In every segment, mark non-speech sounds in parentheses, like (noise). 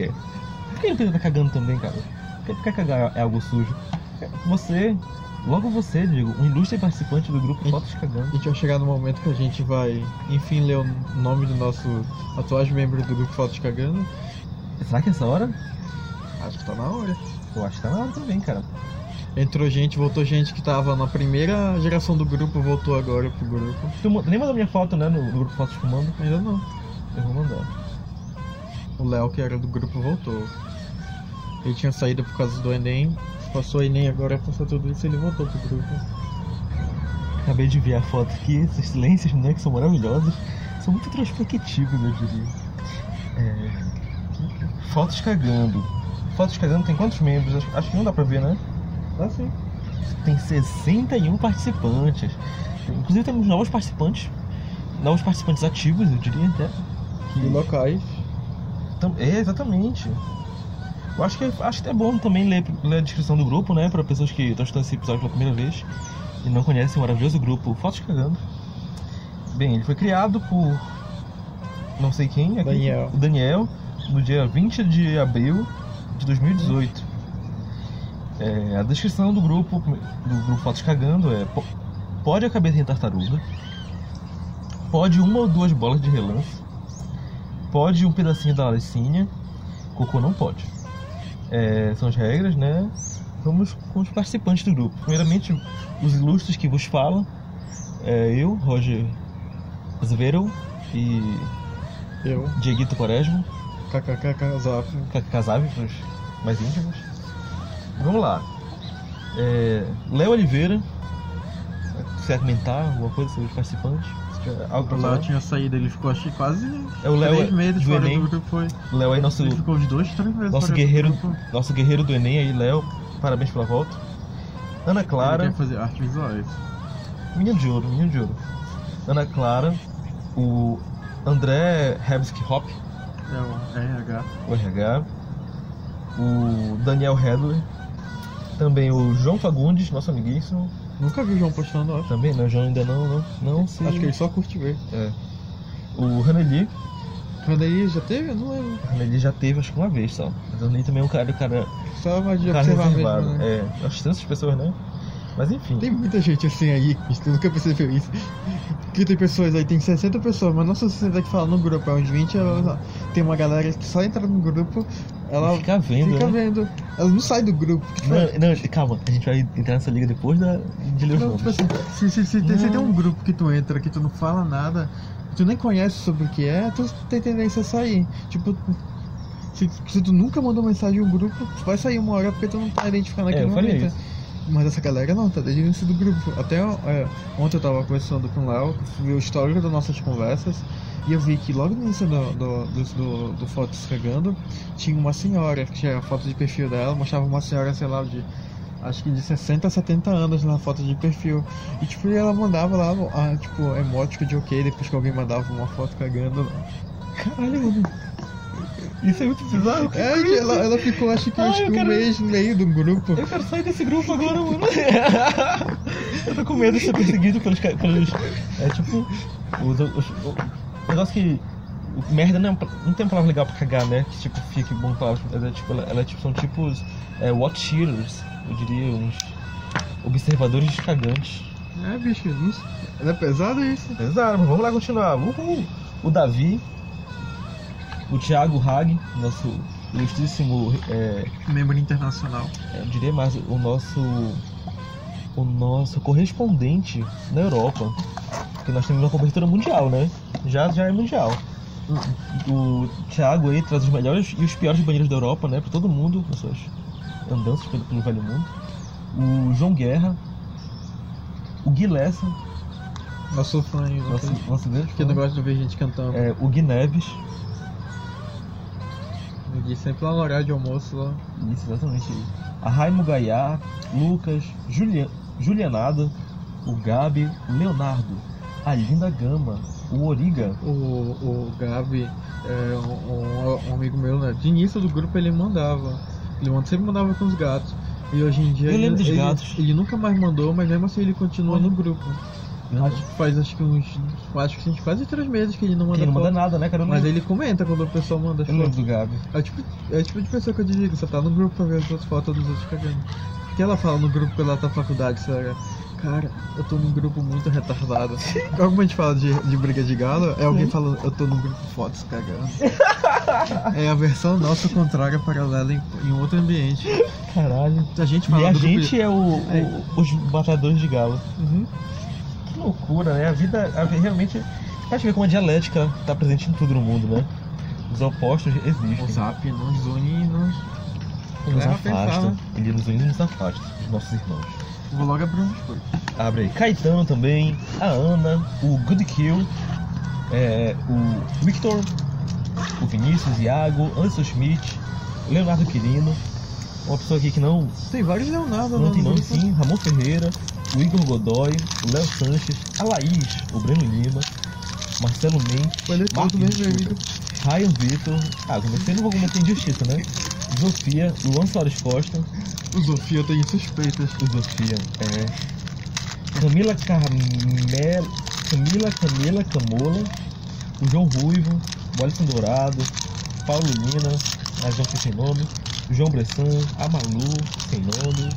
quê? Por que ele precisa estar cagando também, cara? Porque ficar cagar é algo sujo. Você, logo você, digo, um ilustre participante do grupo Fotos A Cagando. gente vai chegar no momento que a gente vai, enfim, ler o nome do nosso atuais membro do grupo Fotos Cagando. Será que é essa hora? Acho que tá na hora. Eu acho que tá na hora também, cara. Entrou gente, voltou gente que tava na primeira geração do grupo, voltou agora pro grupo. Tu mo- lembra da minha foto, né, no, no grupo Fotos Fumando? Ainda não. Eu vou mandar. O Léo, que era do grupo, voltou. Ele tinha saído por causa do Enem, passou o Enem agora, passou tudo isso, ele voltou pro grupo. Acabei de ver a foto aqui, esses silêncios, né, que são maravilhosos. São muito transplicativos, eu diria. É... Fotos Cagando. Fotos Cagando tem quantos membros? Acho, acho que não dá pra ver, né? Ah, sim. tem 61 participantes. Inclusive temos novos participantes, novos participantes ativos, eu diria até. E locais. Tam- É, exatamente. Eu acho que, acho que é bom também ler, ler a descrição do grupo, né? Para pessoas que estão assistindo esse episódio pela primeira vez e não conhecem o maravilhoso grupo Fotos Cagando. Bem, ele foi criado por. não sei quem, aqui, Daniel. o Daniel, no dia 20 de abril de 2018. É, a descrição do grupo, do grupo Fotos Cagando é: po- pode a cabeça em tartaruga, pode uma ou duas bolas de relance, pode um pedacinho da laricinha, cocô não pode. É, são as regras, né? Vamos com os participantes do grupo. Primeiramente, os ilustres que vos falam. É, eu, Roger Zvero e Eu, Dieguito Quaresma, KKKK Zap. casáveis pros mais íntimos. Vamos lá. É, Léo Oliveira, se quiser comentar alguma coisa sobre os participantes? se tiver Algo O pra Léo falar? tinha saído, ele ficou acho, que quase É o Léo três meses do fora Enem. do grupo. Foi. Léo é nosso Ele ficou uns dois, três meses Nosso Tá fora guerreiro- do grupo. Nosso guerreiro do Enem aí, Léo, parabéns pela volta. Ana Ele Clara, quer fazer artes visuais. menino de ouro, menino de ouro. Ana Clara, o André Hebsky Hop, É o RH. o RH, o Daniel Hedler, também o João Fagundes, nosso amiguíssimo. Nunca vi o João postando, acho. Também, né? O João ainda não, não, não se. Acho que ele só curte ver. É. O Raneli, Quando aí já teve? Eu não lembro. Raneli. ele já teve acho que uma vez só. Mas o Raneli também é um cara, um cara, Só uma de um cara observar reservado. mesmo, né? É, acho que tantas pessoas, né? Mas enfim. Tem muita gente assim aí, Cristo, tu nunca percebeu isso. Que tem pessoas aí, tem 60 pessoas, mas não são 60 que falam no grupo, é uns 20, ela, tem uma galera que só entra no grupo, ela fica, fica vendo, né? vendo. Ela não sai do grupo. é- Não, não, calma, a gente vai entrar nessa liga depois da, de ler os Não, tipo nomes. assim, se, se, se, tem- se Não. tem um grupo que tu entra, que tu não fala nada, que tu nem conhece sobre o que é, tu tem tendência a sair. Tipo, se, se tu nunca mandou mensagem no grupo, tu vai sair uma hora porque tu não tá identificando É, aquele eu falei momento. Mas essa galera não, tá desde o início do grupo. Até é, ontem eu tava conversando com o Léo, vi o histórico das nossas conversas, e eu vi que logo no início do, do, do, do, do Fotos Cagando, tinha uma senhora, que tinha a foto de perfil dela, mostrava uma senhora, sei lá, de acho que de 60 a 70 anos na foto de perfil. E tipo, ela mandava lá, ah, tipo, emotico de ok, depois que alguém mandava uma foto cagando. Caralho, mano. Isso é muito bizarro. que É, coisa. ela, ela ficou acho que Ai, acho que eu um quero- mês e meio do grupo. Eu quero sair desse grupo agora, mano. Eu tô com medo de ser perseguido pelos. ca- pelos é tipo. Os, os, o negócio que. o Merda não, é uma pa- não tem uma palavra legal pra cagar, né? Que tipo, fique bom palavra. Mas é tipo, ela, ela é tipo, são tipos. É, watch cheaters, eu diria, uns. Observadores cagantes. É, bicho, isso. Ela é pesado isso. Exato, mas vamos lá continuar. Uhul. O Davi, o Thiago Hag, nosso ilustríssimo, é, Membro internacional. eu diria mais, o nosso, o nosso correspondente na Europa. Porque nós temos uma cobertura mundial, né? Já, já é mundial. O Thiago aí traz os melhores e os piores banheiros da Europa, né? Pra todo mundo, nas suas andanças pelo, pelo velho mundo. O João Guerra, o Gui Lessa, Nosso fã, aí, não nosso, sei. nosso grande Porque eu fã. não gosto de ver gente cantando. É, o Gui Neves. Eu disse sempre lá no horário de almoço lá. Isso, exatamente. A Raimo Gaiá, Lucas, Julia, Julianada, o Gabi, o Leonardo, a Linda Gama, o Origa. O, o Gabi, é, um, um- um amigo meu, né? De início do grupo ele mandava. Ele manda- sempre mandava com os gatos. E hoje em dia Eu ele, lembro dos ele- gatos. ele nunca mais mandou, mas mesmo assim ele continua no grupo. Eu acho que faz acho que uns. Acho que uns quase três meses que ele não manda Ele não manda foto. nada, né, cara? Eu não Mas lembro- ele comenta quando o pessoal manda as Eu não fotos. lembro do Gabi. É o, tipo, é o tipo de pessoa que eu digo, você tá no grupo pra ver as outras fotos dos outros cagando. O que ela fala no grupo pela tua faculdade, Sarah? Cara, eu tô num grupo (laughs) muito retardado. Como a gente fala de, de briga de galo, é alguém falando, eu tô num grupo de fotos cagando. É a versão nossa contrária paralela em, em outro ambiente. Caralho. A gente fala E a do grupo gente é o, o- os matadores de galo. de... Uhum. Que loucura, né? A vida, a vida realmente. Acho que é como a dialética tá presente em tudo no mundo, né? Os opostos existem. O zap nos une e nos... Ele nos leva a afasta. pensar, né? Ele nos une e nos afasta dos nossos irmãos. Vou logo abrir um biscoito. Abre aí. Caetano também, a Ana, o Good Kill, é, o Victor, o Vinícius, Iago, Anderson Schmidt, Leonardo Quirino, uma pessoa aqui que não Tem vários Leonardo Não lá tem no nome grupo. sim, Ramon Ferreira, o Igor Godoy, o Léo Sanches, a Laís, o Breno Lima, Marcelo Mendes, Olha é tudo, né, Marcos mesmo, meu Juca, amigo. Ryan Vitor, ah, comecei não vou cometer injustiça, né? Zofia, Luan Soares Costa, O Zofia tem suspeitas. o Zofia, é. Camila Carmel. Camila Camila Camola, o João Ruivo, o Alisson Dourado, Paulo Lina, a João que tem nome, o João Bressan, a Malu, sem nome,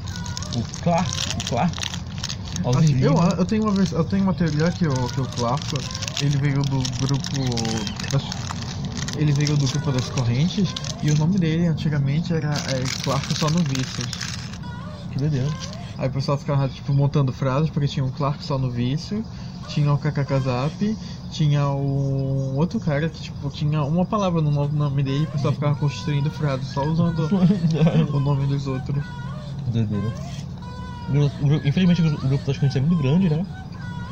o Clark, o Clark, Alzir Assim, eu, Lima, a- eu, tenho uma vers- eu tenho uma teoria que o, que o Clark, ele veio do grupo das, ele veio do grupo das correntes e o nome dele antigamente era é, Clark só no vício. que doideira. (laughs) Aí o pessoal ficava tipo montando frases porque tinha o Clark só no vício, tinha o KKKZap, tinha o outro cara que tipo tinha uma palavra no no- nome dele e o pessoal ficava construindo frases só usando (laughs) o nome dos outros. doideira. O grupo- o grupo- Infelizmente o grupo das correntes é muito grande, né?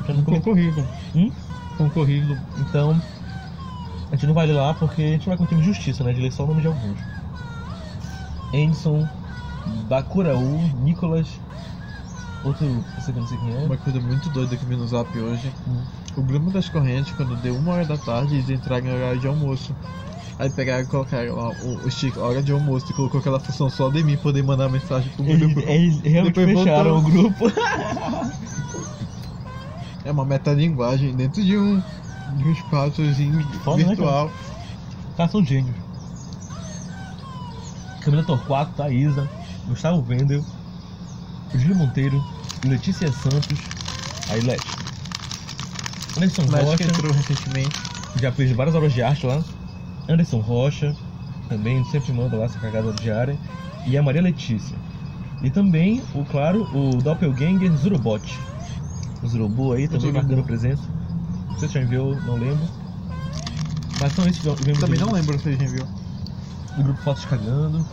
Então, não come- Concorrido. Hum? Concorrido. então a gente não vai ler lá porque a gente vai cometer injustiça, né? De ler só o nome de alguns. Anderson, Bacuraú, Nicolas, outro, você que eu não sei quem é. Uma coisa muito doida que eu vi no zap hoje. Hum. O Grupo das Correntes, quando deu uma hora da tarde, eles entraram em horário de almoço. Aí pegaram e colocaram lá o, o Chico, hora de almoço, e colocou aquela função só de mim poder mandar mensagem pro Eles, é- grupo. eles realmente Depois fecharam o grupo (laughs) É uma metalinguagem dentro de um, de um espaçozinho Foda, né, virtual. Caras Tá, são gênios. Camila Torquato, Thaísa, Gustavo Vendel, Júlio Monteiro, Letícia Santos, aí Let. Anderson Mas que Rocha, entrou recentemente. já fez várias obras de arte lá. Anderson Rocha, também sempre manda lá essa cagada diária. E a Maria Letícia. E também, o claro, o Doppelganger Zurubot. O Zurubu aí também Zurubu. marcando presença. Não sei se já enviou, não lembro. Mas são esses que eu- eu Eu lembro também dele não lembro se a gente viu. do grupo Fotos Cagando.